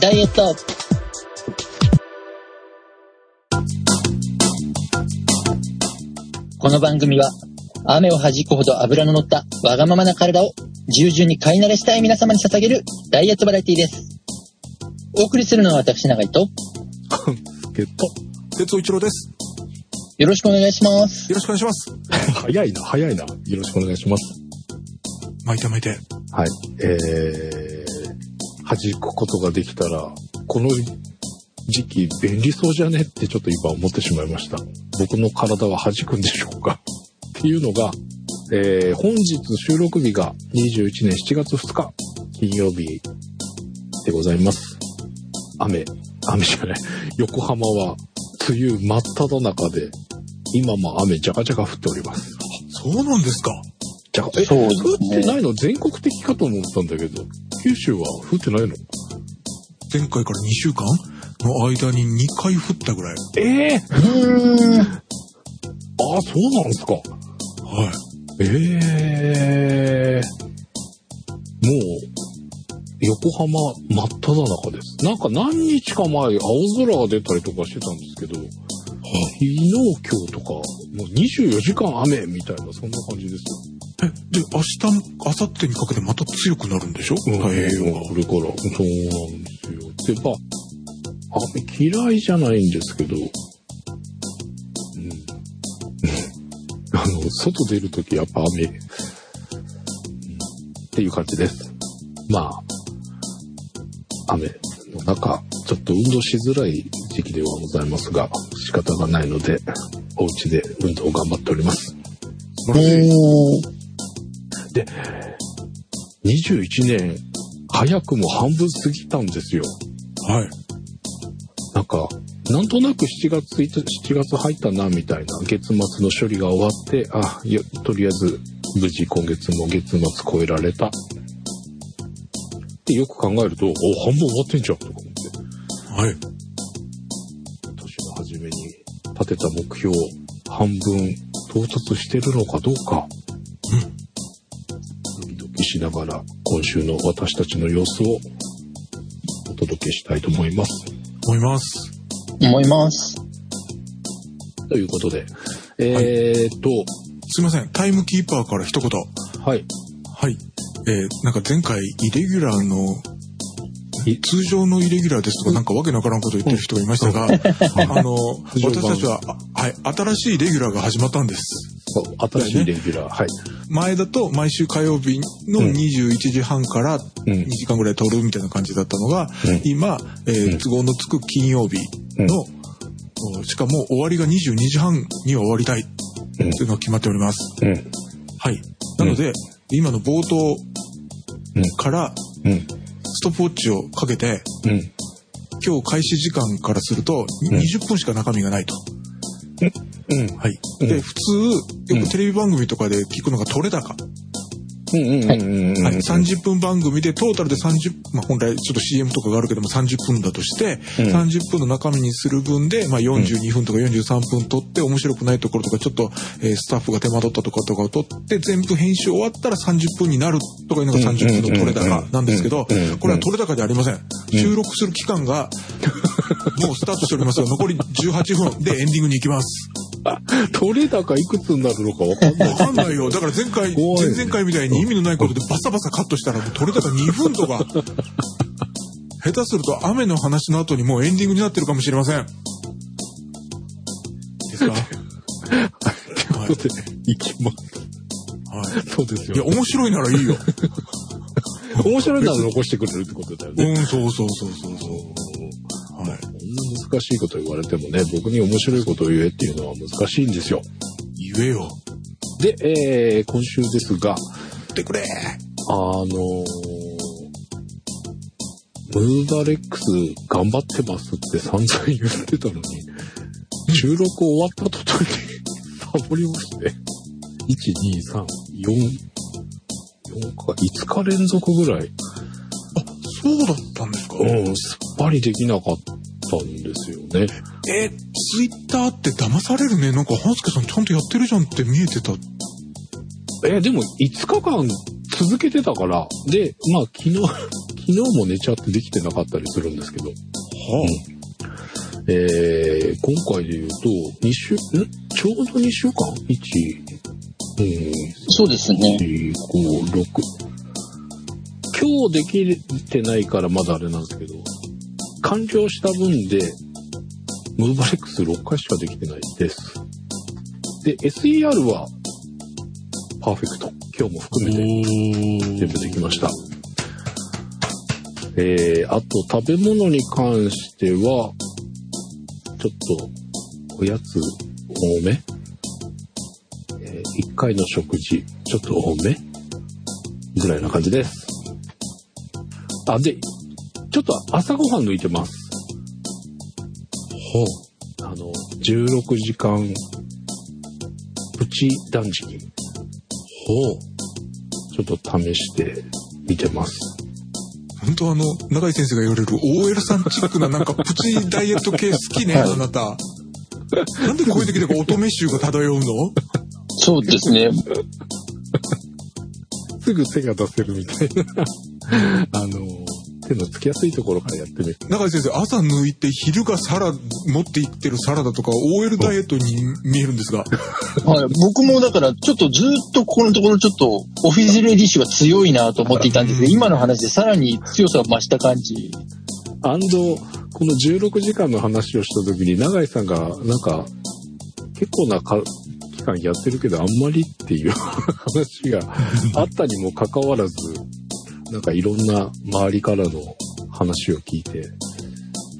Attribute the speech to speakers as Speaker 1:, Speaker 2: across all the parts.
Speaker 1: ダイエットこの番組は雨を弾くほど油の乗ったわがままな体を従順に飼い慣れしたい皆様に捧げるダイエットバラエティです。お送りするのは私永井と
Speaker 2: ゲッ
Speaker 3: 鉄尾一郎です。
Speaker 1: よろしくお願いします。
Speaker 3: よろしくお願いしま
Speaker 2: ト。
Speaker 3: す。
Speaker 2: 早いな、早いな。よろしくお願いします。
Speaker 3: 巻いて巻いて。
Speaker 2: はい。えー、弾くことができたら、この時期便利そうじゃねってちょっと今思ってしまいました。僕の体は弾くんでしょうかっていうのが、えー、本日収録日が21年7月2日、金曜日でございます。雨、雨じゃない。横浜は梅雨真っ只中で、今も雨じゃかじゃか降っております。
Speaker 3: そうなんですか。
Speaker 2: じゃあ、え、
Speaker 1: そうですね
Speaker 2: 降ってないの全国的かと思ったんだけど、九州は降ってないの
Speaker 3: 前回から2週間の間に2回降ったぐらい。
Speaker 2: ええあ
Speaker 1: うーん。
Speaker 2: あ、そうなんですか。
Speaker 3: はい。
Speaker 2: ええもう、横浜真っ只中です。なんか何日か前、青空が出たりとかしてたんですけど、昨日、今日とか、もう24時間雨みたいな、そんな感じです
Speaker 3: え、で、明日、明後日にかけてまた強くなるんでしょ
Speaker 2: う
Speaker 3: 太
Speaker 2: ん、
Speaker 3: 平洋が。
Speaker 2: これから。そうなんですよ。で、まあ、雨嫌いじゃないんですけど、うん。 あの、外出るときやっぱ雨、うんっていう感じです。まあ、雨の中、ちょっと運動しづらい時期ではございますが、仕方がないので、お家で運動を頑張っております。
Speaker 3: 素晴らしい
Speaker 2: 21年、早くも半分過ぎたんですよ。
Speaker 3: はい。
Speaker 2: なんか、なんとなく7月1日、7月入ったな、みたいな、月末の処理が終わって、あ、よとりあえず、無事今月も月末超えられた。ってよく考えると、お、半分終わってんじゃん、とか思って。
Speaker 3: はい。
Speaker 2: 年の初めに立てた目標、半分到達してるのかどうか。ドキドキしながら、今週の私たちの様子をお届けしたいと思います。
Speaker 3: 思います。
Speaker 1: 思います。
Speaker 2: ということで、えーっと、
Speaker 3: すいません。タイムキーパーから一言。
Speaker 2: はい。
Speaker 3: はい。えー、なんか前回、イレギュラーの
Speaker 2: い、
Speaker 3: 通常のイレギュラーですとか、なんかわけのわからんこと言ってる人がいましたが、あ の、
Speaker 2: 通常版
Speaker 3: 私たちは、あはい、新しいイレギュラーが始まったんです。
Speaker 2: そう新しいレギュラー。はい。
Speaker 3: 前だと毎週火曜日の
Speaker 2: うん
Speaker 3: 21時半から2時間ぐらい撮るみたいな感じだったのが、
Speaker 2: うん
Speaker 3: 今、えー
Speaker 2: うん
Speaker 3: 都合のつく金曜日の、おしかも終わりが22時半には終わりたいっていうのが決まっております。
Speaker 2: うん。
Speaker 3: はい。なので、今の冒頭から
Speaker 2: うん。
Speaker 3: ストップウォッチをかけて、
Speaker 2: うん。
Speaker 3: 今日開始時間からするとに
Speaker 2: うん
Speaker 3: 20分しか中身がないと。
Speaker 2: うん。
Speaker 3: はい。
Speaker 2: うん
Speaker 3: で、普通、よくテレビ番組とかで聞くのが撮れ高。
Speaker 2: うん。うん。うん。うん。
Speaker 3: はい、30分番組でトータルで30、まあ、本来ちょっと CM とかがあるけども30分だとして、
Speaker 2: うん
Speaker 3: 30分の中身にする分で、まあ、42分とか43分撮って面白くないところとかちょっと、えースタッフが手間取ったところとかを撮って全部編集終わったら30分になるとかいうのが30分の撮れ高なんですけど
Speaker 2: うんうんうん
Speaker 3: これは撮れ高じゃありません収録する期間がもうスタートしておりますが残り18分でエンディングに行きます
Speaker 2: 取れ高いくつになるのかわかんない
Speaker 3: わ。かんないよだから前回
Speaker 2: 怖い
Speaker 3: 前々回みたいに意味のないことでバサバサカットしたらもう撮れ高2分とか下手すると雨の話の後にもうエンディングになってるかもしれませんですかはい
Speaker 2: ということで、行きます。
Speaker 3: は
Speaker 2: そうです
Speaker 3: い、いや
Speaker 2: よ。
Speaker 3: 面白いならいいよ
Speaker 2: 面白いなら残してくれるってことだよ
Speaker 3: う
Speaker 2: ね。
Speaker 3: んそうそうそうそうそうはい
Speaker 2: こんな難しいこと言われてもね、僕に面白いことを言えっていうのは難しいんですよ。
Speaker 3: 言えよ
Speaker 2: で、えー、今週ですが、
Speaker 3: 言ってくれ
Speaker 2: あのー、ムーバレックス頑張ってますって散々言ってたのに、収録終わった途端にサボりまして、1、2、3、4、4か、5日連続ぐらい、
Speaker 3: そうだったんですか、
Speaker 2: うん、すっぱりできなかったんですよね。
Speaker 3: えツイッターって騙されるねなんか半助さんちゃんとやってるじゃんって見えてた
Speaker 2: えーでも5日間続けてたから、で、まあ昨日、昨 昨日も寝ちゃってできてなかったりするんですけど、
Speaker 4: は
Speaker 2: えー今回で言うと、2週、んちょうど2週間 ?1、うん、
Speaker 1: そうですね。
Speaker 2: 4、5、6。今日できてないからまだあれなんですけど、完了した分で、ムーバレックス6回しかできてないです。で、SER は、パーフェクト。今日も含
Speaker 4: う
Speaker 2: めて
Speaker 4: ん。
Speaker 2: 全部できました。えー、あと食べ物に関しては、ちょっと、おやつ多めえー、1回の食事、ちょっと多めぐらいな感じです。あ、で、ちょっと朝ごはん抜いてます。
Speaker 4: ほう。
Speaker 2: あの、16時間、プチ断食。
Speaker 4: ほう。
Speaker 2: ちょっと試してみてます。
Speaker 3: 本当あの、永井先生が言われる OL さんチックななんかプチダイエット系好きね、
Speaker 1: はい
Speaker 3: あなた。なんでこういう時だけ乙女臭が漂うの
Speaker 1: そうですね。
Speaker 2: すぐ手が出せるみたいな。 あの、手のつきやすいところからやってみる。
Speaker 3: 永井先生、朝抜いて昼がサラ、持っていってるサラダとか OL ダイエットに見えるんですが。
Speaker 1: はい。僕もだから、ちょっとずっとここのところちょっと、オフィスレディッシュが強いなと思っていたんですが、今の話でさらに強さを増した感じ。
Speaker 2: アンド、この16時間の話をした時に、永井さんが、なんか、結構なか期間やってるけど、あんまりっていう 話があったにもかかわらず、なんかいろんな周りからの話を聞いて、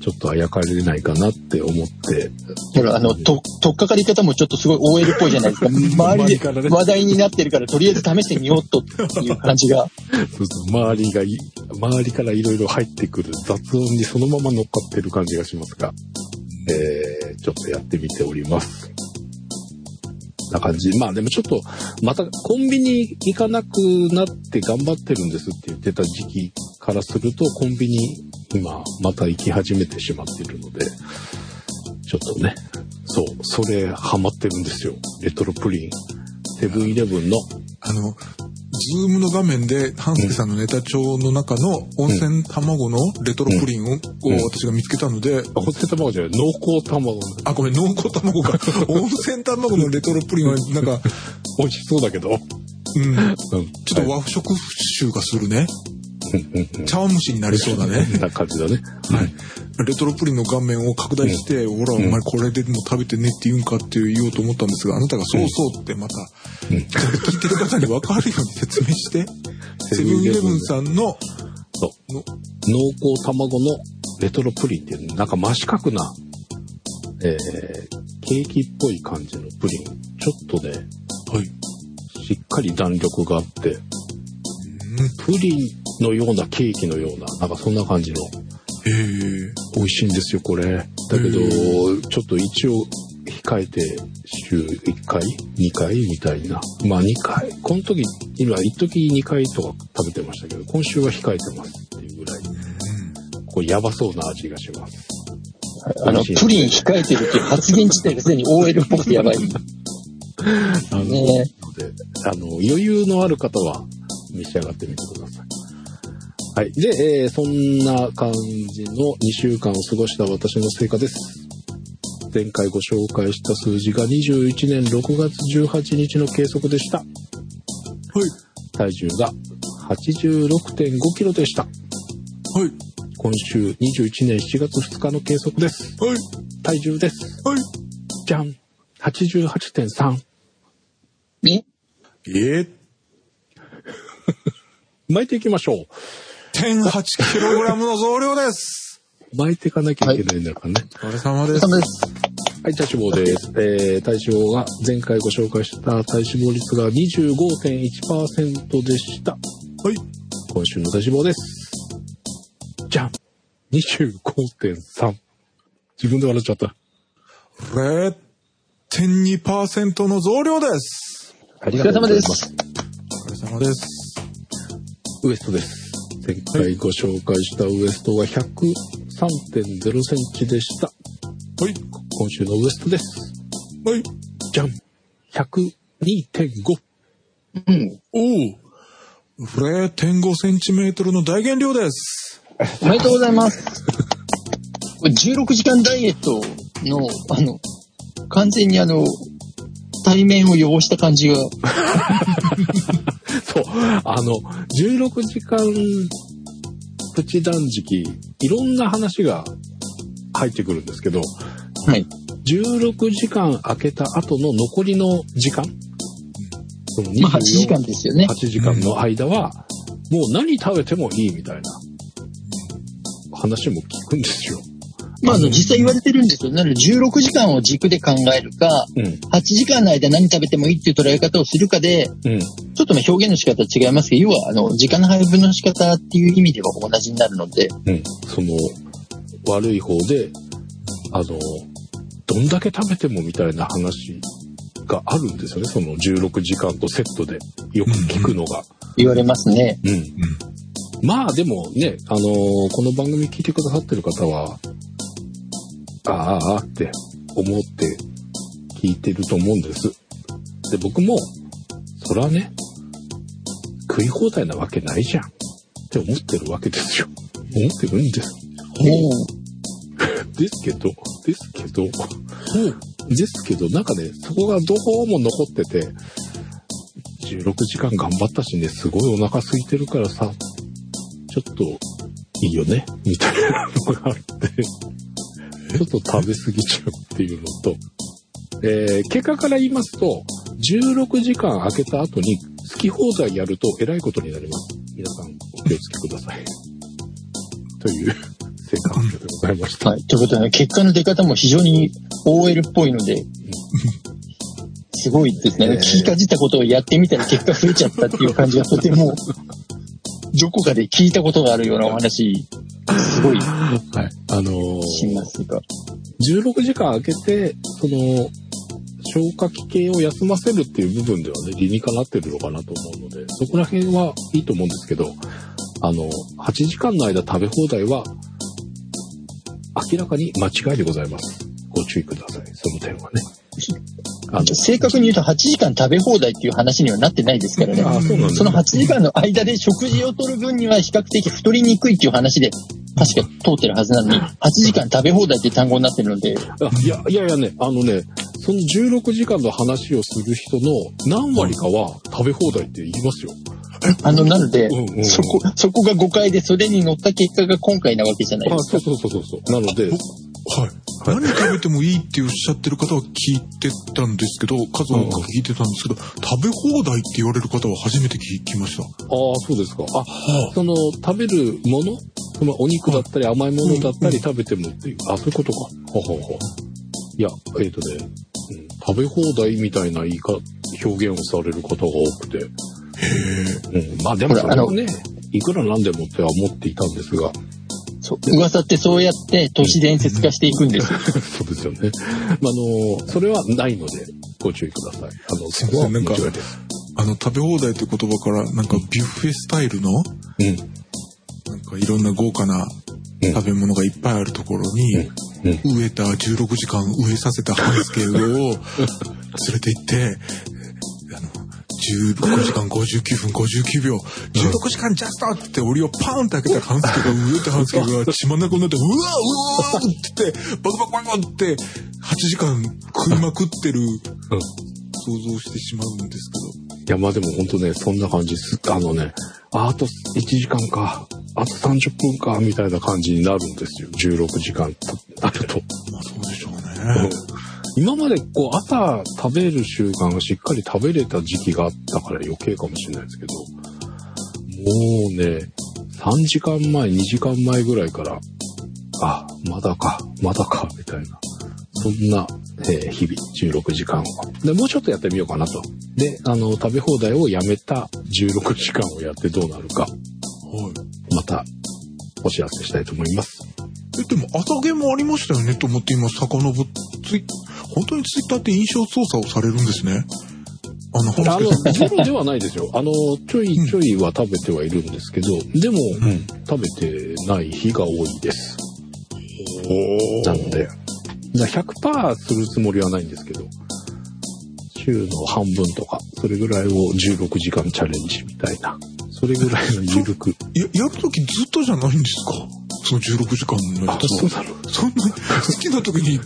Speaker 2: ちょっとあやかれないかなって思って、
Speaker 1: ほら、あの、と、とっかかり方もちょっとすごい OL っぽいじゃないですか。周り
Speaker 2: から
Speaker 1: で話題になってるから、とりあえず試してみようっとっていう感じが。
Speaker 2: そうそう周りがい、周りからいろいろ入ってくる雑音にそのまま乗っかってる感じがしますが、えー、ちょっとやってみております。な感じ。まあでもちょっと、またコンビニ行かなくなって頑張ってるんですって言ってた時期からすると、コンビニ今また行き始めてしまっているので、ちょっとね、そう、それハマってるんですよ。レトロプリン。セブンイレブンの、
Speaker 3: あの、ズームの画面で、半助さんのネタ帳の中の温泉卵のレトロプリンをを
Speaker 2: うん
Speaker 3: 私が見つけたので、
Speaker 2: あ、ホテル卵じゃない、濃厚卵。
Speaker 3: あ、ごめん、濃厚卵か。温泉卵のレトロプリンは、なんか、
Speaker 2: 美味しそうだけど。
Speaker 3: うん、
Speaker 2: うん。
Speaker 3: ちょっと和食臭がするね。茶碗蒸しになりそうだね。
Speaker 2: な感じだね。
Speaker 3: レトロプリンの画面を拡大して、ほら、お前これでも食べてねって言うんかって言おうと思ったんですが、あなたがそうそうってまた、聞いてる方に分かるように説明して、セブンイレブンさんの、
Speaker 2: そう
Speaker 3: の
Speaker 2: 濃厚卵のレトロプリンっていう、なんか真四角な、えー、ケーキっぽい感じのプリン。ちょっとね、
Speaker 3: はい。
Speaker 2: しっかり弾力があって、プリンのようなケーキのような、なんかそんな感じの、
Speaker 3: えー、
Speaker 2: 美味しいんですよ、これ。だけど、
Speaker 3: う
Speaker 2: ちょっと一応、控えて、週1回 ?2 回みたいな。まあ2回。この時、今、一時2回とか食べてましたけど、今週は控えてますっていうぐらい、こう、やばそうな味がします。
Speaker 1: あの、プリン控えてるっていう発言自体がすでに OL っぽくてやばい。ね
Speaker 2: あの、であの余裕のある方は召し上がってみてください。はい。で、えーそんな感じの2週間を過ごした私の成果です。前回ご紹介した数字が21年6月18日の計測でした。
Speaker 3: は
Speaker 2: 体重が86.5キロでした。
Speaker 3: い、はい、
Speaker 2: 今週21年7月2日の計測です。
Speaker 3: はい、
Speaker 2: 体重です。
Speaker 3: はい。
Speaker 2: じゃん。88.3。
Speaker 3: えー、
Speaker 2: 巻いていきましょう。
Speaker 3: 1.8kg の増量です。
Speaker 2: 巻いていかなきゃいけないんだからね。
Speaker 3: お疲れ様です
Speaker 1: ダ。メです。
Speaker 2: はい、体脂肪です。えー、体脂肪が前回ご紹介した体脂肪率が25.1%でした。
Speaker 3: はい。
Speaker 2: 今週の体脂肪です。じゃん !25.3。自分で笑っちゃった。
Speaker 3: 0.2%の増量です。
Speaker 2: あ
Speaker 1: お
Speaker 2: り
Speaker 1: 疲れ様で。
Speaker 2: ます
Speaker 3: お疲れ様です。
Speaker 2: ウエストです。前回ご紹介したウエストは103.0センチでした。
Speaker 3: はい、
Speaker 2: 今週のウエストです。
Speaker 3: はい。
Speaker 2: じゃん !102.5。
Speaker 3: お0.5センチメートルの大減量です。
Speaker 1: おめでとうございます。これ16時間ダイエットの、あの、完全にあの、対面を汚した感じが、
Speaker 2: そう。あの、16時間、プチ断食、いろんな話が入ってくるんですけど、
Speaker 1: はい。
Speaker 2: 16時間空けた後の残りの時間その
Speaker 1: まあ
Speaker 2: 24
Speaker 1: 8時間ですよね。
Speaker 2: 8時間の間は、もう何食べてもいいみたいな話も聞くんですよ。
Speaker 1: まああの、実際言われてるんですよ。なので16時間を軸で考えるか、
Speaker 2: うん。
Speaker 1: 8時間の間何食べてもいいっていう捉え方をするかで、
Speaker 2: うん。
Speaker 1: ちょっとね、表現の仕方違いますけど、要は、あの、時間の配分の仕方っていう意味では同じになるので、
Speaker 2: うん。その、悪い方で、あの、どんだけ食べてもみたいな話があるんですよね。その16時間とセットでよく聞くのが。
Speaker 1: 言われますね。
Speaker 2: うん。まあでもね、あのーこの番組聞いてくださってる方は、ああああって思って聞いてると思うんです。で、僕も、そらね、食い放題なわけないじゃんって思ってるわけですよ。思ってるんです。
Speaker 1: も
Speaker 2: ですけど、ですけど、ですけど、なんかね、そこがどこも残ってて、16時間頑張ったしね、すごいお腹空いてるからさ、ちょっと、いいよね、みたいなのがあって、ちょっと食べ過ぎちゃうっていうのと、えー結果から言いますと、16時間空けた後に好き放題やるとえらいことになります。皆さん、お気をつけください。という、成果発表でございました
Speaker 1: う、。はい。ということで、結果の出方も非常に OL っぽいので、すごいですね。
Speaker 2: えー
Speaker 1: 聞きかじったことをやってみたら結果増えちゃったっていう感じがとても、どこかで聞いたことがあるようなお話、すごい
Speaker 2: はい。あのー
Speaker 1: しますが。
Speaker 2: 16時間空けて、その、消化器系を休ませるっていう部分ではね、理にかなってるのかなと思うので、そこら辺はいいと思うんですけど、あの、8時間の間食べ放題は、明らかに間違いでございます。ご注意ください。その点はね。あの、
Speaker 1: 正確に言うと8時間食べ放題っていう話にはなってないですからね。
Speaker 2: あそうなんだ
Speaker 1: その8時間の間で食事を取る分には比較的太りにくいっていう話で、確か通ってるはずなのに、8時間食べ放題っていう単語になってるので、
Speaker 2: あいや、いやいやね、あのね、その16時間の話をする人の何割かは食べ放題って言いますよ。
Speaker 1: あの、なので
Speaker 2: うんうんう、ん
Speaker 1: そこ、そこが誤解で、それに乗った結果が今回なわけじゃない
Speaker 2: あ、
Speaker 1: です
Speaker 2: そうそうそうそうそう。なので、
Speaker 3: はい。何食べてもいいっておっしゃってる方は聞いてたんですけど、数多く聞いてたんですけど、食べ放題って言われる方は初めて聞きました。
Speaker 2: ああ、そうですか。あ、その、食べるもの、まあ、お肉だったり甘いものだったり食べてもっていう。あ、そういうことか。はははいや、えっ、とね、うん食べ放題みたいな言い方、表現をされる方が多くて。へうん、まあでも
Speaker 1: ほら
Speaker 2: それはね、いくらなんでもっては思っていたんですが、
Speaker 1: そう噂ってそうやって都市伝説化していくんですよ。
Speaker 2: そうですよね。 まあ、あの、それはないので、ご注意ください。あの、
Speaker 3: すい
Speaker 2: そこ
Speaker 3: ません
Speaker 2: は
Speaker 3: なんか
Speaker 2: 間違いです。
Speaker 3: あの、食べ放題って言葉から、なんかビュッフェスタイルの、
Speaker 2: うん。
Speaker 3: なんかいろんな豪華な
Speaker 2: うん
Speaker 3: 食べ物がいっぱいあるところに、植えた16時間植えさせた半 助を連れて行って、あの、16時間59分59秒、16時間ジャストって檻をパーンって開けた半助が植えた半助が血まんなこになって、 うわうわって言って、バクバクバクバクって、8時間食いまくってる、想像してしまうんです
Speaker 2: い
Speaker 3: け
Speaker 2: や、まあでも本当ね、そんな感じです。あのね、ああと1時間か、あと30分か、みたいな感じになるんですよ。16時間あると。
Speaker 3: ど、まあそうでしょうね。
Speaker 2: 今までこう、朝食べる習慣がしっかり食べれた時期があったから余計かもしれないですけど、もうね、3時間前、2時間前ぐらいから、あ、まだか、まだか、みたいな。そんな、えー日々、16時間を。で、もうちょっとやってみようかなと。で、あの、食べ放題をやめた16時間をやってどうなるか、
Speaker 3: はい
Speaker 2: また、お知らせしたいと思います。
Speaker 3: え、でも、朝毛もありましたよねと思って今、遡っ、ツイ本当にツイッターって印象操作をされるんですね。あの、
Speaker 2: あ
Speaker 3: 浜
Speaker 2: の
Speaker 3: 助さん。、
Speaker 2: ゼロではないですよ。あの、ちょいちょいは食べてはいるんですけど、でも、
Speaker 3: うん
Speaker 2: 食べてない日が多いです。なので、だから100%するつもりはないんですけど、週の半分とか、それぐらいを16時間チャレンジみたいな、それぐらいの緩く。
Speaker 3: や、やるときずっとじゃないんですかその16時間の や
Speaker 2: あ、
Speaker 3: つ
Speaker 2: そうだ
Speaker 3: は。
Speaker 2: ろう。
Speaker 3: そんな、好きな時に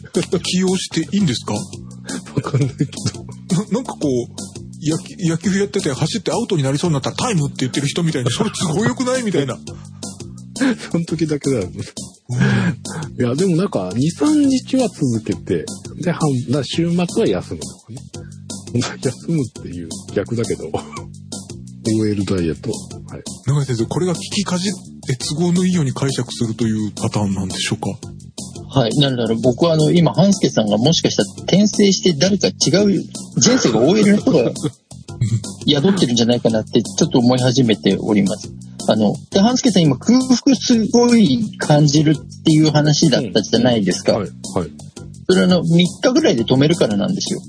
Speaker 3: 起用していいんですか
Speaker 2: わかんないけど。
Speaker 3: ななんかこう、野球野球やってて走ってアウトになりそうになったらタイムって言ってる人みたいに、それ都合良くないみた いな。
Speaker 2: その時だけだよね。いや、でもなんか、2、3日は続けて、で、半な週末は休むとかね。休むっていう逆だけど。OL ダイエット。はい。
Speaker 3: 長井先生、これが聞きかじって都合のいいように解釈するというパターンなんでしょうか
Speaker 1: はい。なんだろう、僕はあの、今、半助さんがもしかしたら転生して誰か違う、前世が OL の人が宿ってるんじゃないかなって、ちょっと思い始めております。あの、で、半助さん今、空腹すごい感じるっていう話だったじゃないですか。
Speaker 2: はい。はい。
Speaker 1: それはあの、3日ぐらいで止めるからなんですよ。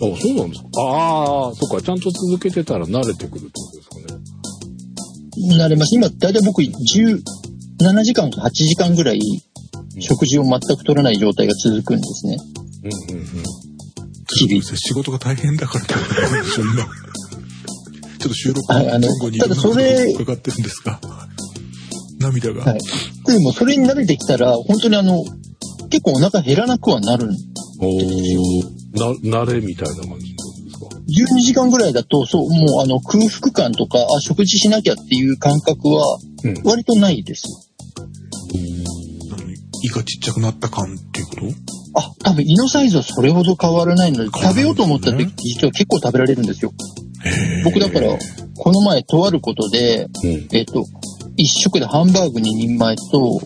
Speaker 2: あ、そうなんですかああ、そっか。ちゃんと続けてたら慣れてくるってことですかね。
Speaker 1: なれます。今、だいたい僕、17時間か8時間ぐらい、食事を全く取らない状態が続くんですね。
Speaker 2: うんうんうん。
Speaker 1: 日々。
Speaker 3: 仕事が大変だからってことなんでしょう今。ちょっと収録
Speaker 1: はいあの
Speaker 3: 前後に
Speaker 1: ただそれ
Speaker 3: 伺ってるんですが、涙が。
Speaker 1: はい。でも、それに慣れてきたら、本当にあの、結構お腹減らなくはなるん
Speaker 2: おー。な、慣れみたいな感じなんですか
Speaker 1: 12時間ぐらいだと、そう、もうあの空腹感とか、あ、食事しなきゃっていう感覚は
Speaker 2: うん、
Speaker 1: 割とないです。
Speaker 3: なのに胃がちっちゃくなった感っていうこと
Speaker 1: あ、多分胃のサイズはそれほど変わらないので、
Speaker 3: 変わらない
Speaker 1: 食べようと思った
Speaker 3: で
Speaker 1: 時
Speaker 3: すね、
Speaker 1: 実は結構食べられるんですよ。僕だから、この前とあることで、
Speaker 2: うん。
Speaker 1: えっ、と、一食でハンバーグ2人前と、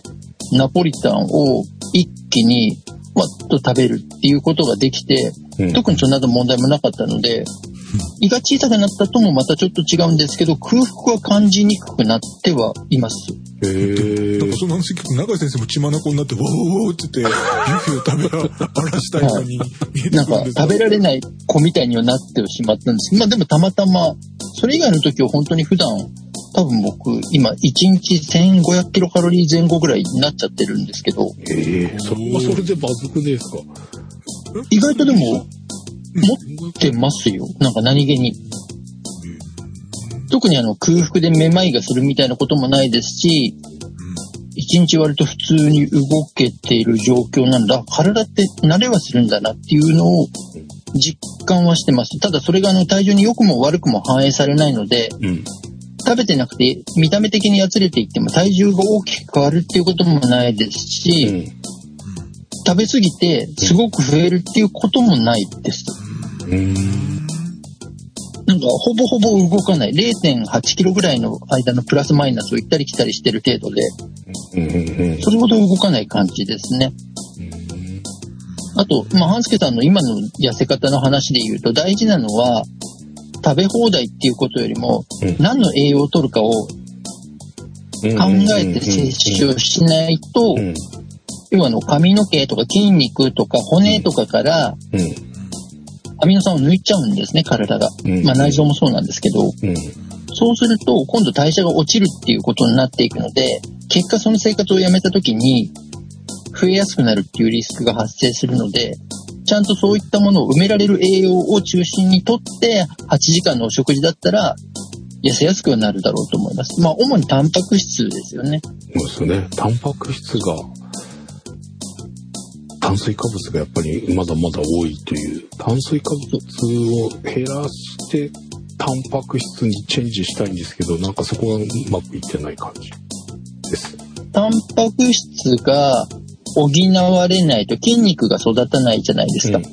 Speaker 1: ナポリタンを一気に、わっと食べるっていうことができて、
Speaker 2: うん
Speaker 1: 特にそんな問題もなかったので、胃が小さくなったともまたちょっと違うんですけど、空腹は感じにくくなってはいます。
Speaker 2: へえ
Speaker 3: だからその話結局永井先生も血眼になって、わおわおって言って、ビュッフェを食べら、ばらしたいのに見えてく
Speaker 1: なん
Speaker 3: る
Speaker 1: か
Speaker 3: んです
Speaker 1: 食べ
Speaker 3: ら
Speaker 1: られない子みたいにはなってしまったんですけど、まあでもたまたま、それ以外の時は本当に普段、多分僕今1日1500キロカロリー前後ぐらいになっちゃってるんですけど、
Speaker 2: ええそれはそれでバズくねえですか
Speaker 1: 意外とでも持ってますよ。なんか何気に。特にあの空腹でめまいがするみたいなこともないですし、一日割と普通に動けている状況なんだ。体って慣れはするんだなっていうのを実感はしてます。ただそれがあの体重に良くも悪くも反映されないので、
Speaker 2: うん。
Speaker 1: 食べてなくて見た目的にやつれていっても体重が大きく変わるっていうこともないですし、食べ過ぎてすごく増えるっていうこともないです。
Speaker 2: うん。
Speaker 1: なんかほぼほぼ動かない。0.8キロぐらいの間のプラスマイナスを行ったり来たりしてる程度で、
Speaker 2: うん。うん。
Speaker 1: それほど動かない感じですね。あと、まあ、半助さんの今の痩せ方の話で言うと大事なのは、食べ放題っていうことよりも
Speaker 2: うん、
Speaker 1: 何の栄養を取るかを考
Speaker 2: 考
Speaker 1: えて摂取をしないと
Speaker 2: う、ん。
Speaker 1: 要はあの髪の毛とか筋肉とか骨とかから
Speaker 2: うん。
Speaker 1: アミノ酸を抜いちゃうんですね、体が。
Speaker 2: うん
Speaker 1: まあ、内臓もそうなんですけど、
Speaker 2: うん。
Speaker 1: そうすると今度代謝が落ちるっていうことになっていくので、結果その生活をやめた時に増えやすくなるっていうリスクが発生するので、ちゃんとそういったものを埋められる栄養を中心にとって、8時間のお食事だったら、痩せやすくはなるだろうと思います。まあ、主にタンパク質ですよね。
Speaker 2: そうですよね。タンパク質が、炭水化物がやっぱりまだまだ多いという、炭水化物を減らして、タンパク質にチェンジしたいんですけど、なんかそこがうまくいってない感じです。
Speaker 1: タンパク質が補われないと筋肉が育たないじゃないです
Speaker 2: うん。う
Speaker 1: か。
Speaker 2: ん。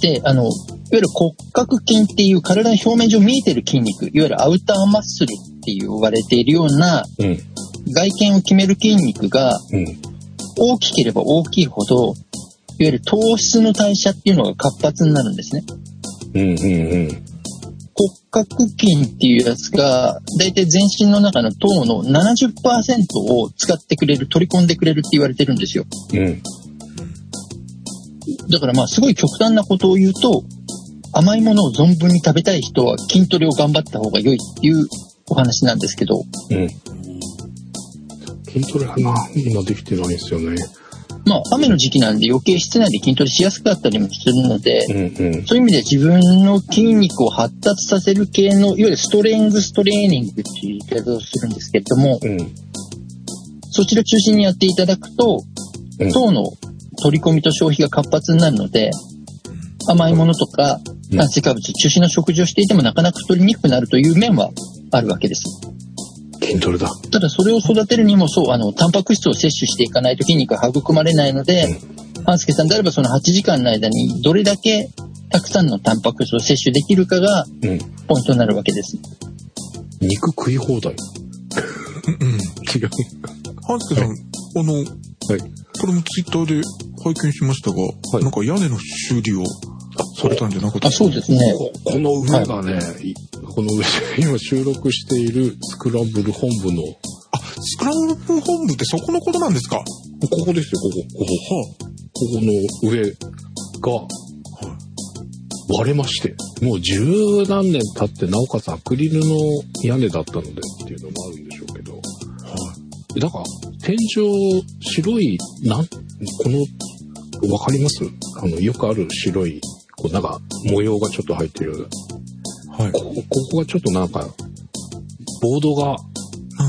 Speaker 1: で、あの、いわゆる骨格筋っていう体の表面上見えてる筋肉、いわゆるアウターマッスルって呼ばれているような
Speaker 2: うん。うん。
Speaker 1: 外見を決める筋肉が
Speaker 2: うん。
Speaker 1: 大きければ大きいほど、いわゆる糖質の代謝っていうのが活発になるんですね。
Speaker 2: うん。うん。うん。
Speaker 1: 骨格筋っていうやつが、だいたい全身の中の糖の70%を使ってくれる、取り込んでくれるって言われてるんですよ。
Speaker 2: うん。
Speaker 1: だからまあすごい極端なことを言うと甘いものを存分に食べたい人は筋トレを頑張った方が良いっていうお話なんですけど
Speaker 2: うん。筋トレがな、今できてないんですよね。
Speaker 1: まあ、雨の時期なんで余計室内で筋トレしやすかったりもするので、
Speaker 2: うんうん。
Speaker 1: そういう意味で自分の筋肉を発達させる系の、いわゆるストレングストレーニングっていう言い方をするんですけれども、
Speaker 2: うん。
Speaker 1: そちら中心にやっていただくと
Speaker 2: うん、
Speaker 1: 糖の取り込みと消費が活発になるので、甘いものとか
Speaker 2: うん
Speaker 1: 炭水化物、中心の食事をしていてもなかなか太りにくくなるという面はあるわけです。
Speaker 2: 筋トレだ。
Speaker 1: ただそれを育てるにもそう、あの、タンパク質を摂取していかないと筋肉が育まれないので、半助さんであればその8時間の間にどれだけたくさんのタンパク質を摂取できるかが
Speaker 2: うん。
Speaker 1: ポイントになるわけです。
Speaker 2: 肉食い放題。
Speaker 3: うんうん。
Speaker 2: 違う。
Speaker 3: ハンスケさん、あの、
Speaker 2: はい。
Speaker 3: これもツイッターで拝見しましたが、
Speaker 2: い
Speaker 3: なんか屋根の修理を
Speaker 2: あ、
Speaker 3: さ
Speaker 2: そ
Speaker 3: れ
Speaker 2: れ
Speaker 3: たんじゃなかった
Speaker 1: あ、そうですね。
Speaker 2: この上がね、いこの上、 今収録しているスクランブル本部の、
Speaker 3: あ、スクランブル本部ってそこのことなんですかは
Speaker 2: ここですよ、ここ、ここ、ここの上が
Speaker 3: あ、はい
Speaker 2: 割れまして、もう十何年経って、なおかつアクリルの屋根だったのでっていうのもあるんでしょうけど、
Speaker 3: はい。
Speaker 2: だから、天井、白い、なん、この、わかりますあの、よくある白い、こうなんか、模様がちょっと入ってるような
Speaker 3: はい。
Speaker 2: ここ、ここがちょっとなんか、ボードが、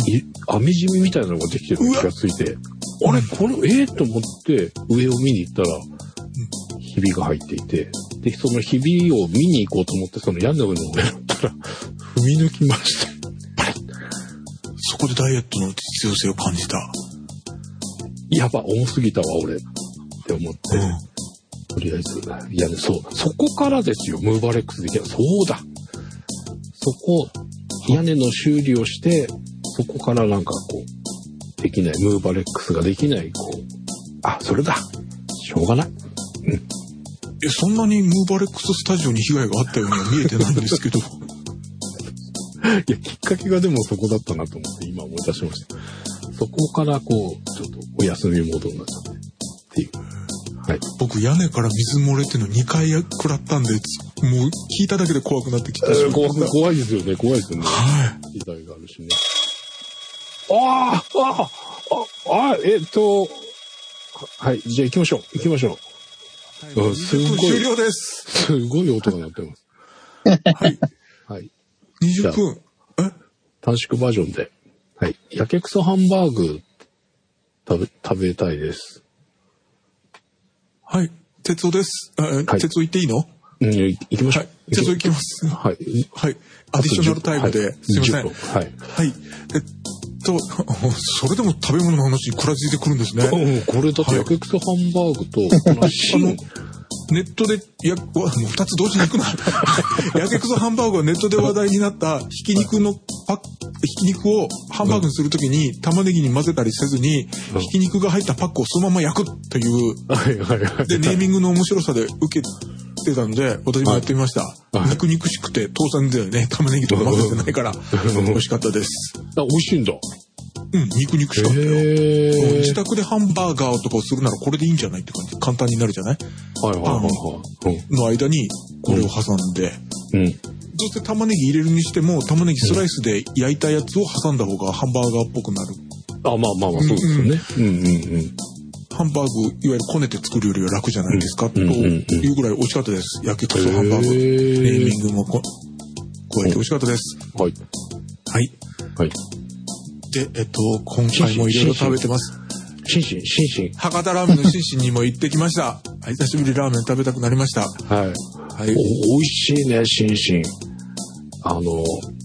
Speaker 2: い網じみみたいなのができてるのに気がついて、あれこれ、ええと思って上を見に行ったら、ひびが入っていて、で、そのひびを見に行こうと思って、その屋根の上に乗ったら、踏み抜きました。
Speaker 3: そこでダイエットの必要性を感じた。
Speaker 2: やば、重すぎたわ、俺。って思って、とりあえず、いや、そう、そこからですよ、ムーバレックスできた。そうだ。そこ、屋根の修理をして、そこからなんかこう、できない、ムーバレックスができない、こう、あ、それだ。しょうがない。
Speaker 3: え、そんなにムーバレックススタジオに被害があったようには見えてないんですけど。
Speaker 2: いや、きっかけがでもそこだったなと思って、今思い出しました。そこからこう、ちょっとお休みモードになっちゃって、っていう。はい。
Speaker 3: 僕屋根から水漏れっていうの2回食らったんで、つもう聞いただけで怖くなってきてしまった。
Speaker 2: 怖い、怖いですよね、怖いですよね。
Speaker 3: はい。
Speaker 2: 時代があるしね。あーああああえっと、ははい、じゃあ行きましょう。行きましょう。うんすんご
Speaker 3: 終
Speaker 2: い、
Speaker 3: 了です。
Speaker 2: すごい音が鳴ってます。はい。はい。
Speaker 3: 20分。え
Speaker 2: 短縮バージョンで。はい。やけくそハンバーグ、食べ、食べたいです。
Speaker 3: はい。鉄夫です。あえ
Speaker 2: はい
Speaker 3: 鉄夫行っていいの
Speaker 2: うん、い行きましょ
Speaker 3: は
Speaker 2: う
Speaker 3: い。。鉄夫行きます。
Speaker 2: はい。
Speaker 3: はい。アディショナルタイムで、
Speaker 2: はい
Speaker 3: すいません。
Speaker 2: 10分はい。
Speaker 3: はい。えっと、 それでも食べ物の話に食らいついてくるんですね。
Speaker 2: うん、これだってやけくそハンバーグと、この
Speaker 3: あ
Speaker 2: 芯
Speaker 3: の、ネットで、や、わもう二つ同時 に行くな。やけくそハンバーグはネットで話題になった、ひき肉のパック、ひき肉をハンバーグにするときに玉ねぎに混ぜたりせずに、
Speaker 2: うん
Speaker 3: ひき肉が入ったパックをそのまま焼くという、
Speaker 2: はいはいはい。
Speaker 3: で、ネーミングの面白さで受けてたんで、私もやってみました。
Speaker 2: はい
Speaker 3: 肉肉しくて、当然だよね。玉ねぎとか混ぜてないから、
Speaker 2: うん
Speaker 3: 美味しかったです。
Speaker 2: あ、美味しいんだ。へ
Speaker 3: うん、肉肉しかったよ。うん
Speaker 2: え
Speaker 3: 自。宅でハンバーガーとかをするならこれでいいんじゃないって感じ。簡単になるじゃない
Speaker 2: はいはいはいはい。
Speaker 3: の間に、これを挟んで。
Speaker 2: うん。うん
Speaker 3: そして玉ねぎ入れるにしても、玉ねぎスライスで焼いたやつを挟んだ方がハンバーガーっぽくなる。
Speaker 2: あ、まあまあまあ、そうですよね。うんうんうん。
Speaker 3: ハンバーグ、いわゆるこねて作るよりは楽じゃないですか、と
Speaker 2: うんうんうん
Speaker 3: いうぐらい美味しかったです。焼きこそハンバーグ。
Speaker 2: へー
Speaker 3: ネーミングもこ加えて美味しかったです。
Speaker 2: はい。
Speaker 3: はい。
Speaker 2: はい。
Speaker 3: で、えっと、今回もいろいろ食べてます。
Speaker 2: シンシン、シンシン。
Speaker 3: 博多ラーメンのシンシンにも行ってきました。はい久しぶりラーメン食べたくなりました。
Speaker 2: はい。
Speaker 3: はい。
Speaker 2: お、美味しいね、シンシン。あの、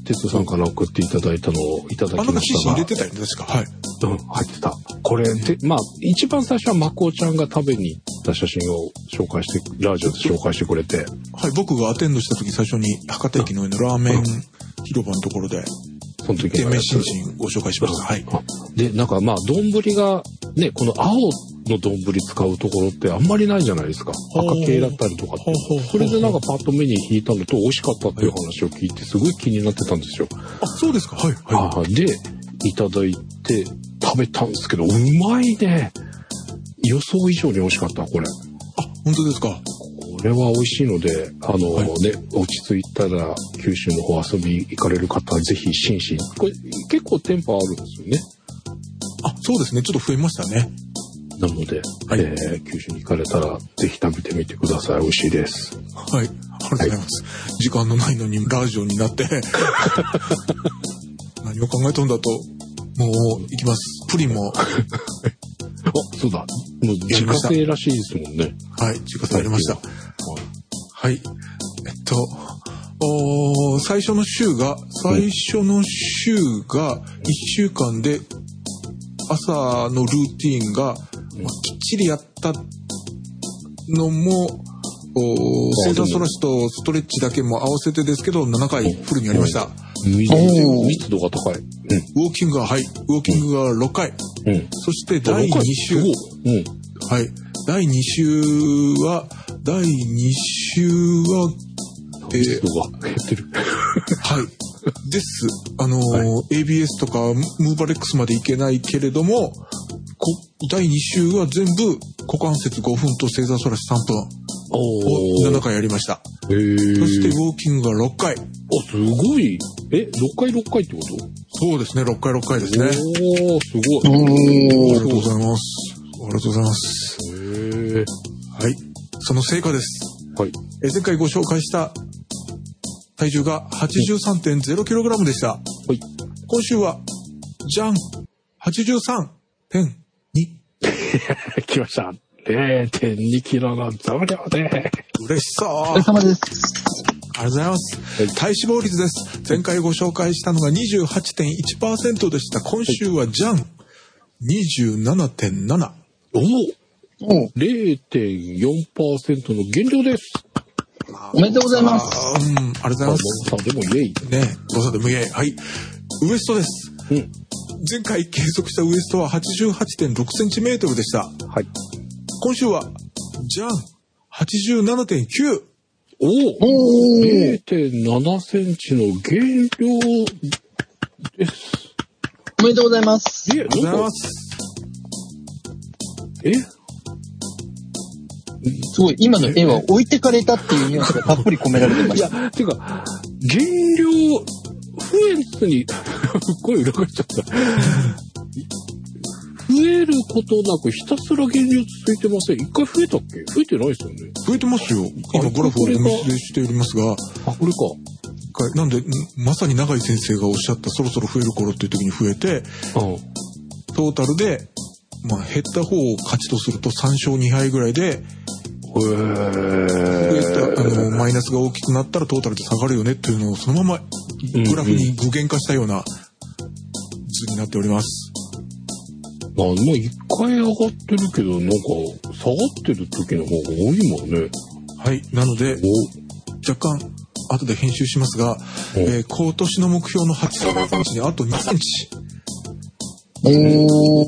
Speaker 2: 哲夫さんから送っていただいたのをいただき
Speaker 3: あ、なんか
Speaker 2: ま
Speaker 3: シンシン入
Speaker 2: し
Speaker 3: れ
Speaker 2: て
Speaker 3: たよね、確か。はい。
Speaker 2: たが、うん、入ってた。これ、で、まあ、一番最初はまこちゃんが食べに行った写真を紹介して、ラジオで紹介してくれて、
Speaker 3: はい、僕がアテンドした時最初に博多駅の上のラーメン広場のところで、
Speaker 2: その時
Speaker 3: 店
Speaker 2: の
Speaker 3: 名
Speaker 2: や
Speaker 3: 新
Speaker 2: つ。
Speaker 3: 人ご紹介しました。はい。
Speaker 2: で、なんかまあ、丼が、ね、この青の丼使うところってあんまりないじゃないですか。
Speaker 3: ほう
Speaker 2: 赤系だったりとかって。
Speaker 3: ほうほうほう
Speaker 2: それでなんかパッと目に引いたのと美味しかったっていう話を聞いて、すごい気になってたんですよ。
Speaker 3: あ、そうですか。はい。は
Speaker 2: あーで、いただいて食べたんですけど、うまいね。予想以上に美味しかった、これ。
Speaker 3: い。あ、本当ですか。
Speaker 2: これは美味しいので、あの
Speaker 3: はい
Speaker 2: ね、落ち着いたら九州の方遊び行かれる方はぜひ心身。これ結構テンポあるんですよね。
Speaker 3: あ、そうですね。ちょっと増えましたね。
Speaker 2: なので、
Speaker 3: はい
Speaker 2: えー九州に行かれたら、ぜひ食べてみてください。美味しいです。
Speaker 3: はい。ありがとうございます。時間のないのにラジオになって。 何を考えとんだと。もう、行きます。プリンも、は
Speaker 2: あ、そうだ。もう
Speaker 3: や
Speaker 2: 自
Speaker 3: りま
Speaker 2: 家
Speaker 3: した
Speaker 2: 製らしいですもんね。
Speaker 3: い、自家されました。はい。えっと、おー最初の週が、最初の週が、1週間で、朝のルーティーンが、まあきっちりやったのも、おー正座そらしとストレッチだけも合わせてですけど、7回フルにやりました。
Speaker 2: 密
Speaker 1: おー
Speaker 2: 密度が高い。う
Speaker 3: ウォーキングが、はい、ウォーキングが6回。
Speaker 2: ん。うん。
Speaker 3: そして第2週、
Speaker 2: お
Speaker 3: は
Speaker 2: ーうん。
Speaker 3: い、第2週は、第2週は、えー
Speaker 2: 密度が減ってる。
Speaker 3: はい。です。あのー ABS とかムーバレックスまで行けないけれども、こ第2週は全部股関節5分と正座反らし3
Speaker 2: お
Speaker 3: 分を
Speaker 2: ー
Speaker 3: 7回やりました。
Speaker 2: へー
Speaker 3: そしてウォーキングが6回。
Speaker 2: あ、すごい。え、6回6回ってこと
Speaker 3: そうですね、6回6回ですね。あ
Speaker 2: おー、すごい。
Speaker 3: り
Speaker 1: お
Speaker 3: が
Speaker 1: ー
Speaker 3: とうございます。ありがとうございます。
Speaker 2: へえ。
Speaker 3: はい。その成果です。
Speaker 2: はい。
Speaker 3: えー前回ご紹介した体重が 83.0kg でした。
Speaker 2: はい。
Speaker 3: 今週は、じゃん !83.2!
Speaker 2: 来ました。0.2キロの増量で。
Speaker 3: 嬉しそう
Speaker 1: お疲
Speaker 3: あ
Speaker 1: れ
Speaker 3: りが
Speaker 1: 様です。
Speaker 3: とうございます。体脂肪率です。前回ご紹介したのが28.1%でした。今週はじゃん !27.7!
Speaker 2: おお
Speaker 1: おう
Speaker 2: !0.4% の減量です。
Speaker 1: おめでとうございま
Speaker 3: あ
Speaker 1: す。
Speaker 3: ーうん、ありがとうござい
Speaker 2: あ、モ
Speaker 3: ま
Speaker 2: ン
Speaker 3: す。
Speaker 2: さんでもイエイ。
Speaker 3: ねえ、誤差で無限。はい。ウエストです。
Speaker 2: うん
Speaker 3: 前回計測したウエストは 88.6cm でした。
Speaker 2: はい。
Speaker 3: 今週は、じゃん !87.9!
Speaker 2: おお
Speaker 1: おー
Speaker 2: !0.7 センチの減量です。
Speaker 1: おめでとうございます。
Speaker 2: え、
Speaker 3: ござい
Speaker 2: なん
Speaker 3: ま
Speaker 2: か、
Speaker 3: す。
Speaker 2: え
Speaker 1: すごい、今の絵は置いてかれたっていうニュアンスがたっぷり込められてま
Speaker 2: い
Speaker 1: した。
Speaker 2: や、てか、減量、増えずに、声裏返っちゃった。増えることなくひたすら減量続いてません。一回増えたっけ増えてないですよね。
Speaker 3: 増えてますよ。今、グラフをお見せしておりますが、
Speaker 2: あ、これか。
Speaker 3: 一回なんで、んまさに永井先生がおっしゃった、そろそろ増える頃っていう時に増えて、
Speaker 2: うん。
Speaker 3: トータルで、まあ、減った方を勝ちとすると3勝2敗ぐらいで、増えた、あの、マイナスが大きくなったらトータルで下がるよねっていうのをそのままグラフに具現化したような図になっております。
Speaker 2: まあ、もう一回上がってるけど、なんか、下がってる時の方が多いもんね。
Speaker 3: はい。なので、若干、後で編集しますが、
Speaker 2: お
Speaker 3: えー今年の目標の8センチにあと2センチ。
Speaker 1: おー。
Speaker 2: お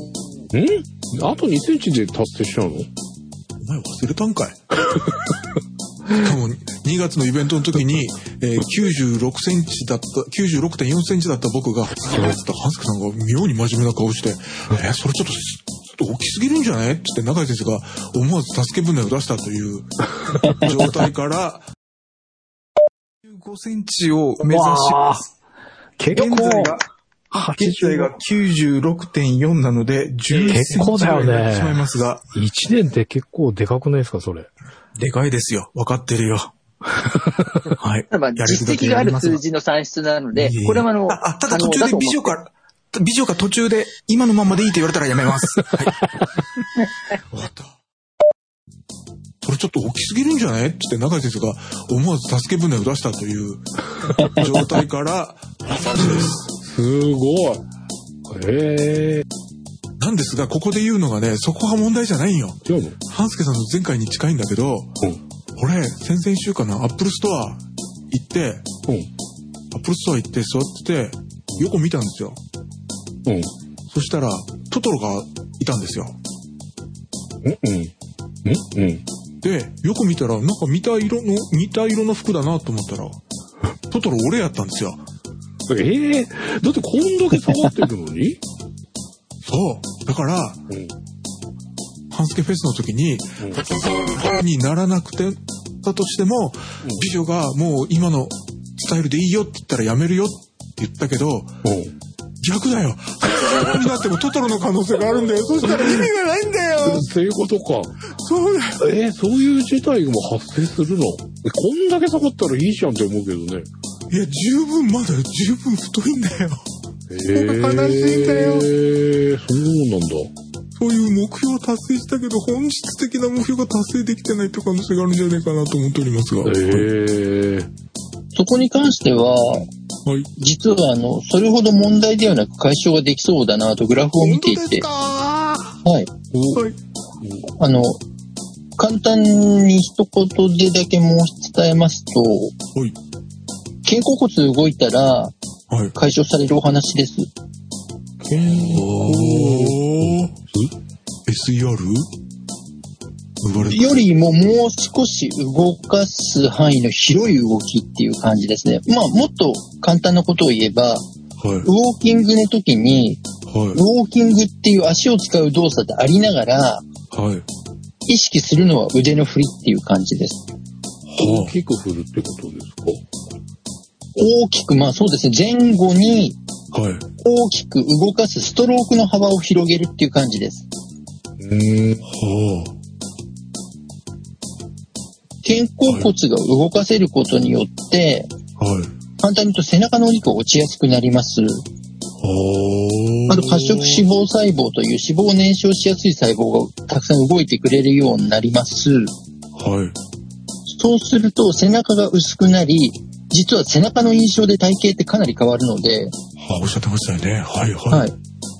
Speaker 2: んあと2センチで達成しちゃうの
Speaker 3: お前忘れたんかいしかも、2月のイベントの時に、えー96センチだった、96.4センチだった僕が、それってハンスケさんが妙に真面目な顔して、えーそれちょっとす、ちょっと大きすぎるんじゃないって言って、永井先生が思わず助け舟を出したという状態から、95センチを目指します。
Speaker 2: 結
Speaker 3: 現在が、現在が96.4なので、11センチぐらいになってしまいますが、
Speaker 5: 1年って結構でかくないですか、それ。
Speaker 3: でかいですよ。わかってるよ。はい。
Speaker 1: ただ、
Speaker 3: やれるだ
Speaker 1: 実
Speaker 3: け
Speaker 1: 績が
Speaker 3: や
Speaker 1: あ
Speaker 3: り
Speaker 1: る
Speaker 3: ます
Speaker 1: 数字の算出なの
Speaker 3: い
Speaker 1: で
Speaker 3: えいえ、
Speaker 1: これはあの、
Speaker 6: あ、あただ途
Speaker 1: 可能
Speaker 6: 中
Speaker 1: と
Speaker 6: で
Speaker 1: 思
Speaker 6: 美女から、美女が途中で、今のままでいいって言われたらやめます。はい。
Speaker 3: わかった。それちょっと大きすぎるんじゃないって言って中井先生が思わず助け舟を出したという状態から、
Speaker 2: すごい。ええ
Speaker 3: なんですが、ここで言うのがね、そこが問題じゃないんよ。
Speaker 2: ー。違うの
Speaker 3: 半助さんの前回に近いんだけど、
Speaker 2: ん
Speaker 3: 俺、先々週かな、アップルストア行って、
Speaker 2: う
Speaker 3: アップルストア行って座ってて、横見たんですよ。
Speaker 2: ん。うん。
Speaker 3: そしたら、トトロがいたんですよ。
Speaker 2: うんうん。うんうん。
Speaker 3: で、よく見たら、なんか見た色の、似た色の服だなと思ったら、トトロ俺やったんですよ。
Speaker 2: ええー。だってこんだけ下がってるの に
Speaker 3: そう。だから、
Speaker 2: うん。
Speaker 3: 半助フェスの時に、にならなくて、だとしても、美女がもう今のスタイルでいいよって言ったらやめるよって言ったけど、
Speaker 2: うん。
Speaker 3: 逆だよ。トトロになってもトトロの可能性があるんだよ。そしたら意味がないんだよ。
Speaker 2: そういうことか。
Speaker 3: そうだよ。
Speaker 2: えーそういう事態も発生するのえこんだけ下がったらいいじゃんって思うけどね。
Speaker 3: いや、十分まだ十分太いんだよ。
Speaker 2: 悲
Speaker 3: しいんだよ
Speaker 2: えー、そうなんだ。
Speaker 3: そういう目標を達成したけど、本質的な目標が達成できてないって可能性があるんじゃないかなと思っておりますが。
Speaker 2: えー、
Speaker 1: そこに関しては、
Speaker 3: い
Speaker 1: 実はあの、それほど問題ではなく解消ができそうだなとグラフを見てい
Speaker 3: 本当で
Speaker 1: て
Speaker 3: す、か
Speaker 1: はい。
Speaker 3: はい。
Speaker 1: あの、簡単に一言でだけ申し伝えますと、
Speaker 3: はい
Speaker 1: 肩甲骨動いたら
Speaker 3: はい。
Speaker 1: 解消されるお話です。
Speaker 3: おー。SER? 生まれ
Speaker 1: よりももう少し動かす範囲の広い動きっていう感じですね。まあ、もっと簡単なことを言えば、
Speaker 3: た。はい。
Speaker 1: ウォーキングの時に、
Speaker 3: はい。
Speaker 1: ウォーキングっていう足を使う動作でありながら、
Speaker 3: はい。
Speaker 1: 意識するのは腕の振りっていう感じです。
Speaker 2: 大きく振るってことですか
Speaker 1: 大きく、まあそうですね、前後に
Speaker 3: はい。
Speaker 1: 大きく動かすストロークの幅を広げるっていう感じです。
Speaker 2: うん。
Speaker 3: は
Speaker 1: 肩甲骨が動かせることによって、
Speaker 3: あ。はい。
Speaker 1: 簡単に言うと背中のお肉が落ちやすくなります。
Speaker 3: は
Speaker 1: あと褐色脂肪細胞という脂肪を燃焼しやすい細胞がたくさん動いてくれるようになります。
Speaker 3: はい。
Speaker 1: そうすると背中が薄くなり、実は背中の印象で体型ってかなり変わるので、
Speaker 3: あ、おっしゃってましたよね。はい、は
Speaker 1: は
Speaker 3: い。
Speaker 1: い。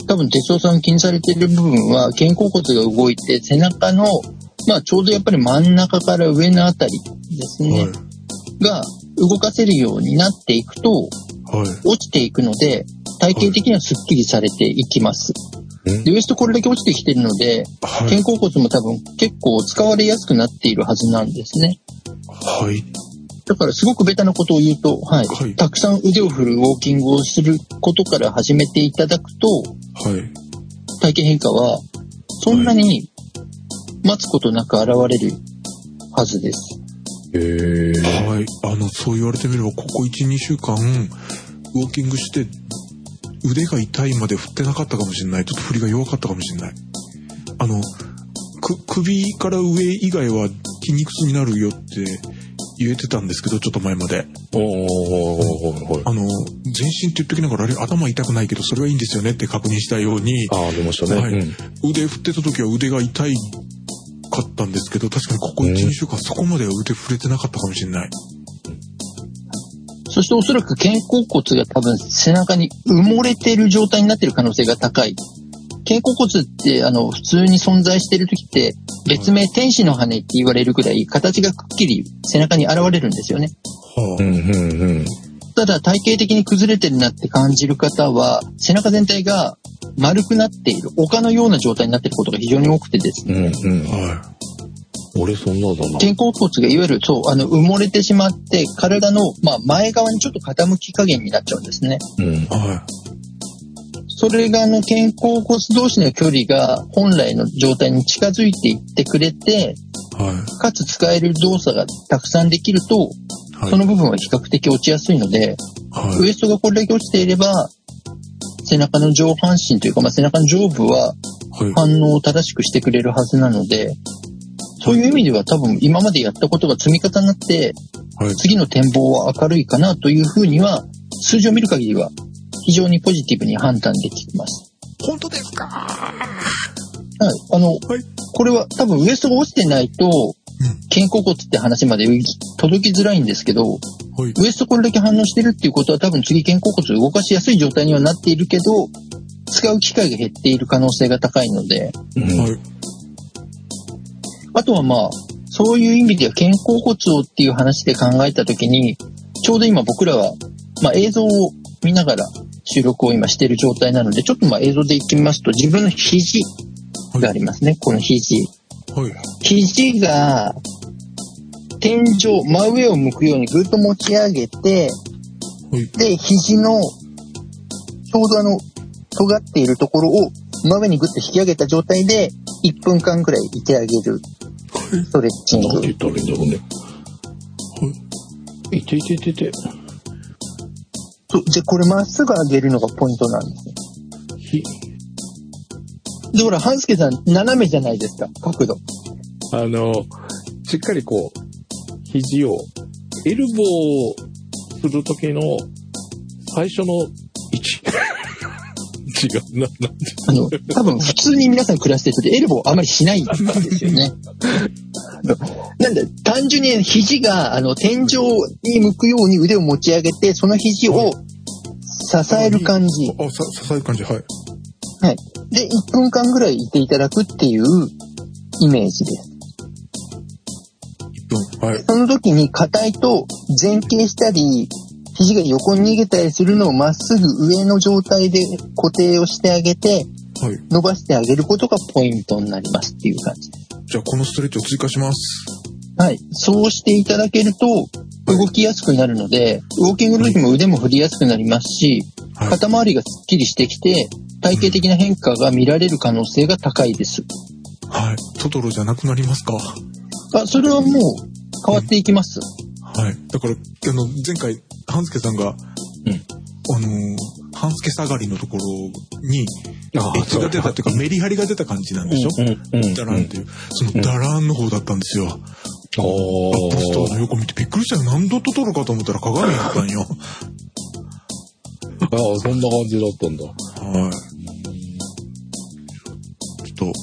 Speaker 1: 多分、哲夫さんが気にされてる部分は、肩甲骨が動いて、背中の、まあ、ちょうどやっぱり真ん中から上のあたりですね、
Speaker 3: はい。
Speaker 1: が動かせるようになっていくと、
Speaker 3: はい。
Speaker 1: 落ちていくので、体型的にはスッキリされていきます。
Speaker 2: うん
Speaker 1: で、ウエストこれだけ落ちてきてるので、
Speaker 3: は
Speaker 1: 肩
Speaker 3: い。
Speaker 1: 甲骨も多分結構使われやすくなっているはずなんですね。
Speaker 3: はい。
Speaker 1: だからすごくベタなことを言うと、はい。
Speaker 3: はい
Speaker 1: たくさん腕を振るウォーキングをすることから始めていただくと、
Speaker 3: はい。
Speaker 1: 体験変化は、そんなに待つことなく現れるはずです。
Speaker 2: えー、
Speaker 3: はい。あの、そう言われてみれば、ここ1、2週間、ウォーキングして、腕が痛いまで振ってなかったかもしれない。ちょっと振りが弱かったかもしれない。あの、く、首から上以外は筋肉痛になるよって言えてたんですけど、ちょっと前まで。
Speaker 2: あーはいはい。
Speaker 3: あの、全身って言っときながら、あれ頭痛くないけど、それはいいんですよねって確認したように、
Speaker 2: ああ、出ましたね。
Speaker 3: はい
Speaker 2: うん
Speaker 3: 腕振ってた時は腕が痛いかったんですけど、確かにここ1、
Speaker 2: うん
Speaker 3: 2週間そこまでは腕振れてなかったかもしれない。
Speaker 1: そしておそらく肩甲骨が多分背中に埋もれている状態になっている可能性が高い。肩甲骨ってあの普通に存在している時って別名天使の羽って言われるくらい形がくっきり背中に現れるんですよね。
Speaker 3: は
Speaker 2: うんうんうん。
Speaker 1: ただ体型的に崩れてるなって感じる方は背中全体が丸くなっている丘のような状態になっていることが非常に多くてですね
Speaker 2: うんうん
Speaker 3: あ、。は
Speaker 2: 俺そんなだな。
Speaker 1: 肩甲骨がいわゆるそうあの埋もれてしまって体の、まあ、前側にちょっと傾き加減になっちゃうんですね
Speaker 2: うん
Speaker 3: い。。はい。
Speaker 1: それがあの肩甲骨同士の距離が本来の状態に近づいていってくれて
Speaker 3: はい。
Speaker 1: かつ使える動作がたくさんできると
Speaker 3: はい
Speaker 1: その部分は比較的落ちやすいので、ウ
Speaker 3: はい。
Speaker 1: エストがこれだけ落ちていれば背中の上半身というか、まあ、背中の上部は
Speaker 3: はい。
Speaker 1: 反応を正しくしてくれるはずなので、そういう意味では多分今までやったことが積み重なって、
Speaker 3: はい
Speaker 1: 次の展望は明るいかなというふうには、数字を見る限りは非常にポジティブに判断できます。
Speaker 3: 本当ですか
Speaker 1: はい。あの、
Speaker 3: い
Speaker 1: これは多分ウエストが落ちてないと
Speaker 3: ん、
Speaker 1: 肩甲骨って話まで届きづらいんですけど、
Speaker 3: はい。
Speaker 1: ウエストこれだけ反応してるっていうことは多分次肩甲骨を動かしやすい状態にはなっているけど、使う機会が減っている可能性が高いので、
Speaker 2: うん
Speaker 3: はい。
Speaker 1: あとはまあ、そういう意味では肩甲骨をっていう話で考えたときに、ちょうど今僕らは、まあ、映像を見ながら収録を今している状態なので、ちょっとまあ映像でいってみますと、自分の肘がありますね。この肘。
Speaker 3: はい。
Speaker 1: 肘が、天井、真上を向くようにぐっと持ち上げて、
Speaker 3: はい。
Speaker 1: で、肘の、ちょうどあの、尖っているところを真上にぐっと引き上げた状態で、1分間くらいいてあげる。ストレッチン
Speaker 2: なん
Speaker 1: グ
Speaker 2: て。言ったらいいんだろうね。いていていていて。
Speaker 1: そうで、これまっすぐ上げるのがポイントなんですね。で、ほら、半助さん、斜めじゃないですか、角度。
Speaker 2: あの、しっかりこう、肘を、エルボーをするときの最初の位置。 違うな、な
Speaker 1: あの、多分、普通に皆さん暮らしてる時、エルボーあまりしないんですよね。なんで、単純に肘が、あの、天井に向くように腕を持ち上げて、その肘を支える感じ。
Speaker 3: あ、さ、支える感じ、はい。
Speaker 1: で、1分間ぐらいいていただくっていうイメージです。
Speaker 3: 1分。はい。
Speaker 1: その時に硬いと前傾したり、肘が横に逃げたりするのをまっすぐ上の状態で固定をしてあげて、
Speaker 3: はい。
Speaker 1: 伸ばしてあげることがポイントになりますっていう感じ。
Speaker 3: じゃあ、このストレッチを追加します。
Speaker 1: はい。そうしていただけると、動きやすくなるので、ウォーキングの時も腕も振りやすくなりますし、
Speaker 3: はい
Speaker 1: 肩周りがスッキリしてきて、体型的な変化が見られる可能性が高いです。
Speaker 3: はい。トトロじゃなくなりますか。
Speaker 1: あ、それはもう変わっていきます。
Speaker 3: はい。だから、あの、前回、半助さんが、あのー、半助下がりのところに、エ
Speaker 2: ああ
Speaker 3: ッジが出たっていうか、メリハリが出た感じなんでしょ、
Speaker 2: うんうん
Speaker 3: ダランっていう。そのダランの方だったんですよ。
Speaker 2: お
Speaker 3: バップストアの横見てびっくりしたよ。何度トトロかと思ったら鏡だったんよ。
Speaker 2: ああ、そんな感じだったんだ。
Speaker 3: はい。ちょっと、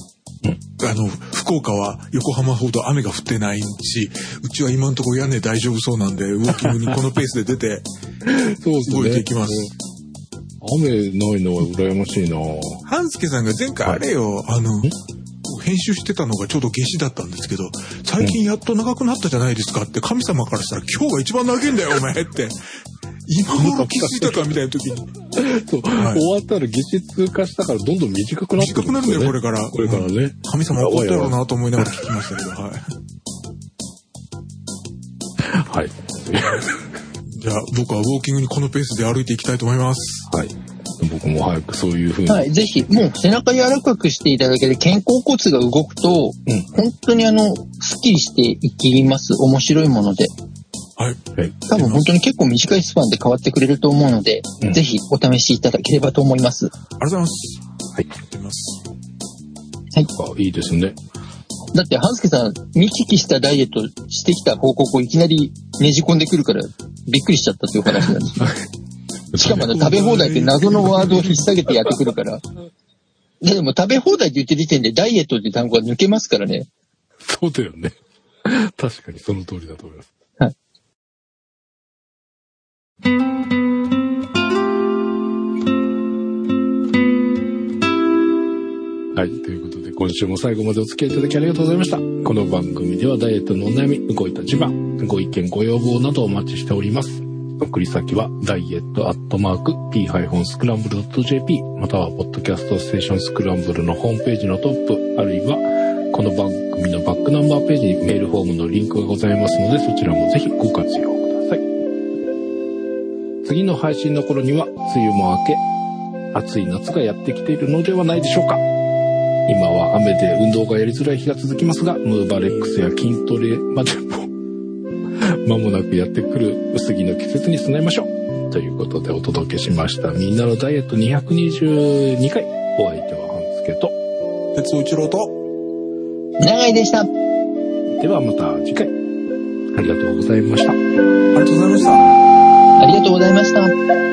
Speaker 3: あの、福岡は横浜ほど雨が降ってないし、うちは今のところ屋根大丈夫そうなんで、ウォーキングにこのペースで出て、
Speaker 2: そうですね。
Speaker 3: 動いていきます
Speaker 2: 雨ないのは羨ましいな
Speaker 3: 半助さんが前回あれよ、あの、編集してたのがちょうど夏至だったんですけど、最近やっと長くなったじゃないですかって、神様からしたら今日が一番長いんだよ、お前って。今頃気づいたかみたいな時に。
Speaker 2: そう、
Speaker 3: はい
Speaker 2: 終わったら疑似通過したからどんどん短くなって
Speaker 3: 短くなるんだよ、これから。
Speaker 2: これから
Speaker 3: うん
Speaker 2: ね。
Speaker 3: 神様怒ったろうなと思いながら聞きましたけど、はい。
Speaker 2: はい。
Speaker 3: じゃあ、僕はウォーキングにこのペースで歩いていきたいと思います。
Speaker 2: はい。僕も早くそういう風に。
Speaker 1: はい、ぜひ、もう背中柔らかくしていただけて、肩甲骨が動くと、
Speaker 2: うん
Speaker 1: 本当にあの、スッキリしていきます。面白いもので。
Speaker 3: はい。
Speaker 2: はい。
Speaker 1: 多分本当に結構短いスパンで変わってくれると思うので、
Speaker 2: うん
Speaker 1: ぜひお試しいただければと思います。
Speaker 3: ありがとうございます。
Speaker 2: はい
Speaker 3: やってみます。
Speaker 2: あいいですね。
Speaker 1: だって、半助さん、見聞きしたダイエットしてきた報告をいきなりねじ込んでくるから、びっくりしちゃったっていうお話なんです。しかもね、食べ放題って謎のワードを引っ提げてやってくるから。でも食べ放題って言ってる時点でダイエットっていう単語が抜けますからね。
Speaker 2: そうだよね。確かにその通りだと思います。はい。ということで、今週も最後までお付き合いいただきありがとうございました。この番組ではダイエットのお悩み、ごい立場、ご意見、ご要望などお待ちしております。送り先は、ダイエットアットマーク、p-scramble.jp、または、ポッドキャストステーションスクランブルのホームページのトップ、あるいは、この番組のバックナンバーページにメールフォームのリンクがございますので、そちらもぜひご活用ください。次の配信の頃には、梅雨も明け、暑い夏がやってきているのではないでしょうか。今は雨で運動がやりづらい日が続きますが、ムーバレックスや筋トレまでも、 間もなくやってくる薄着の季節に備えましょう。ということでお届けしました。みんなのダイエット222回。お相手は半助と。
Speaker 3: 鉄尾一郎と、
Speaker 1: 長井でした。
Speaker 2: ではまた次回。ありがとうございました。
Speaker 3: ありがとうございました。
Speaker 1: ありがとうございました。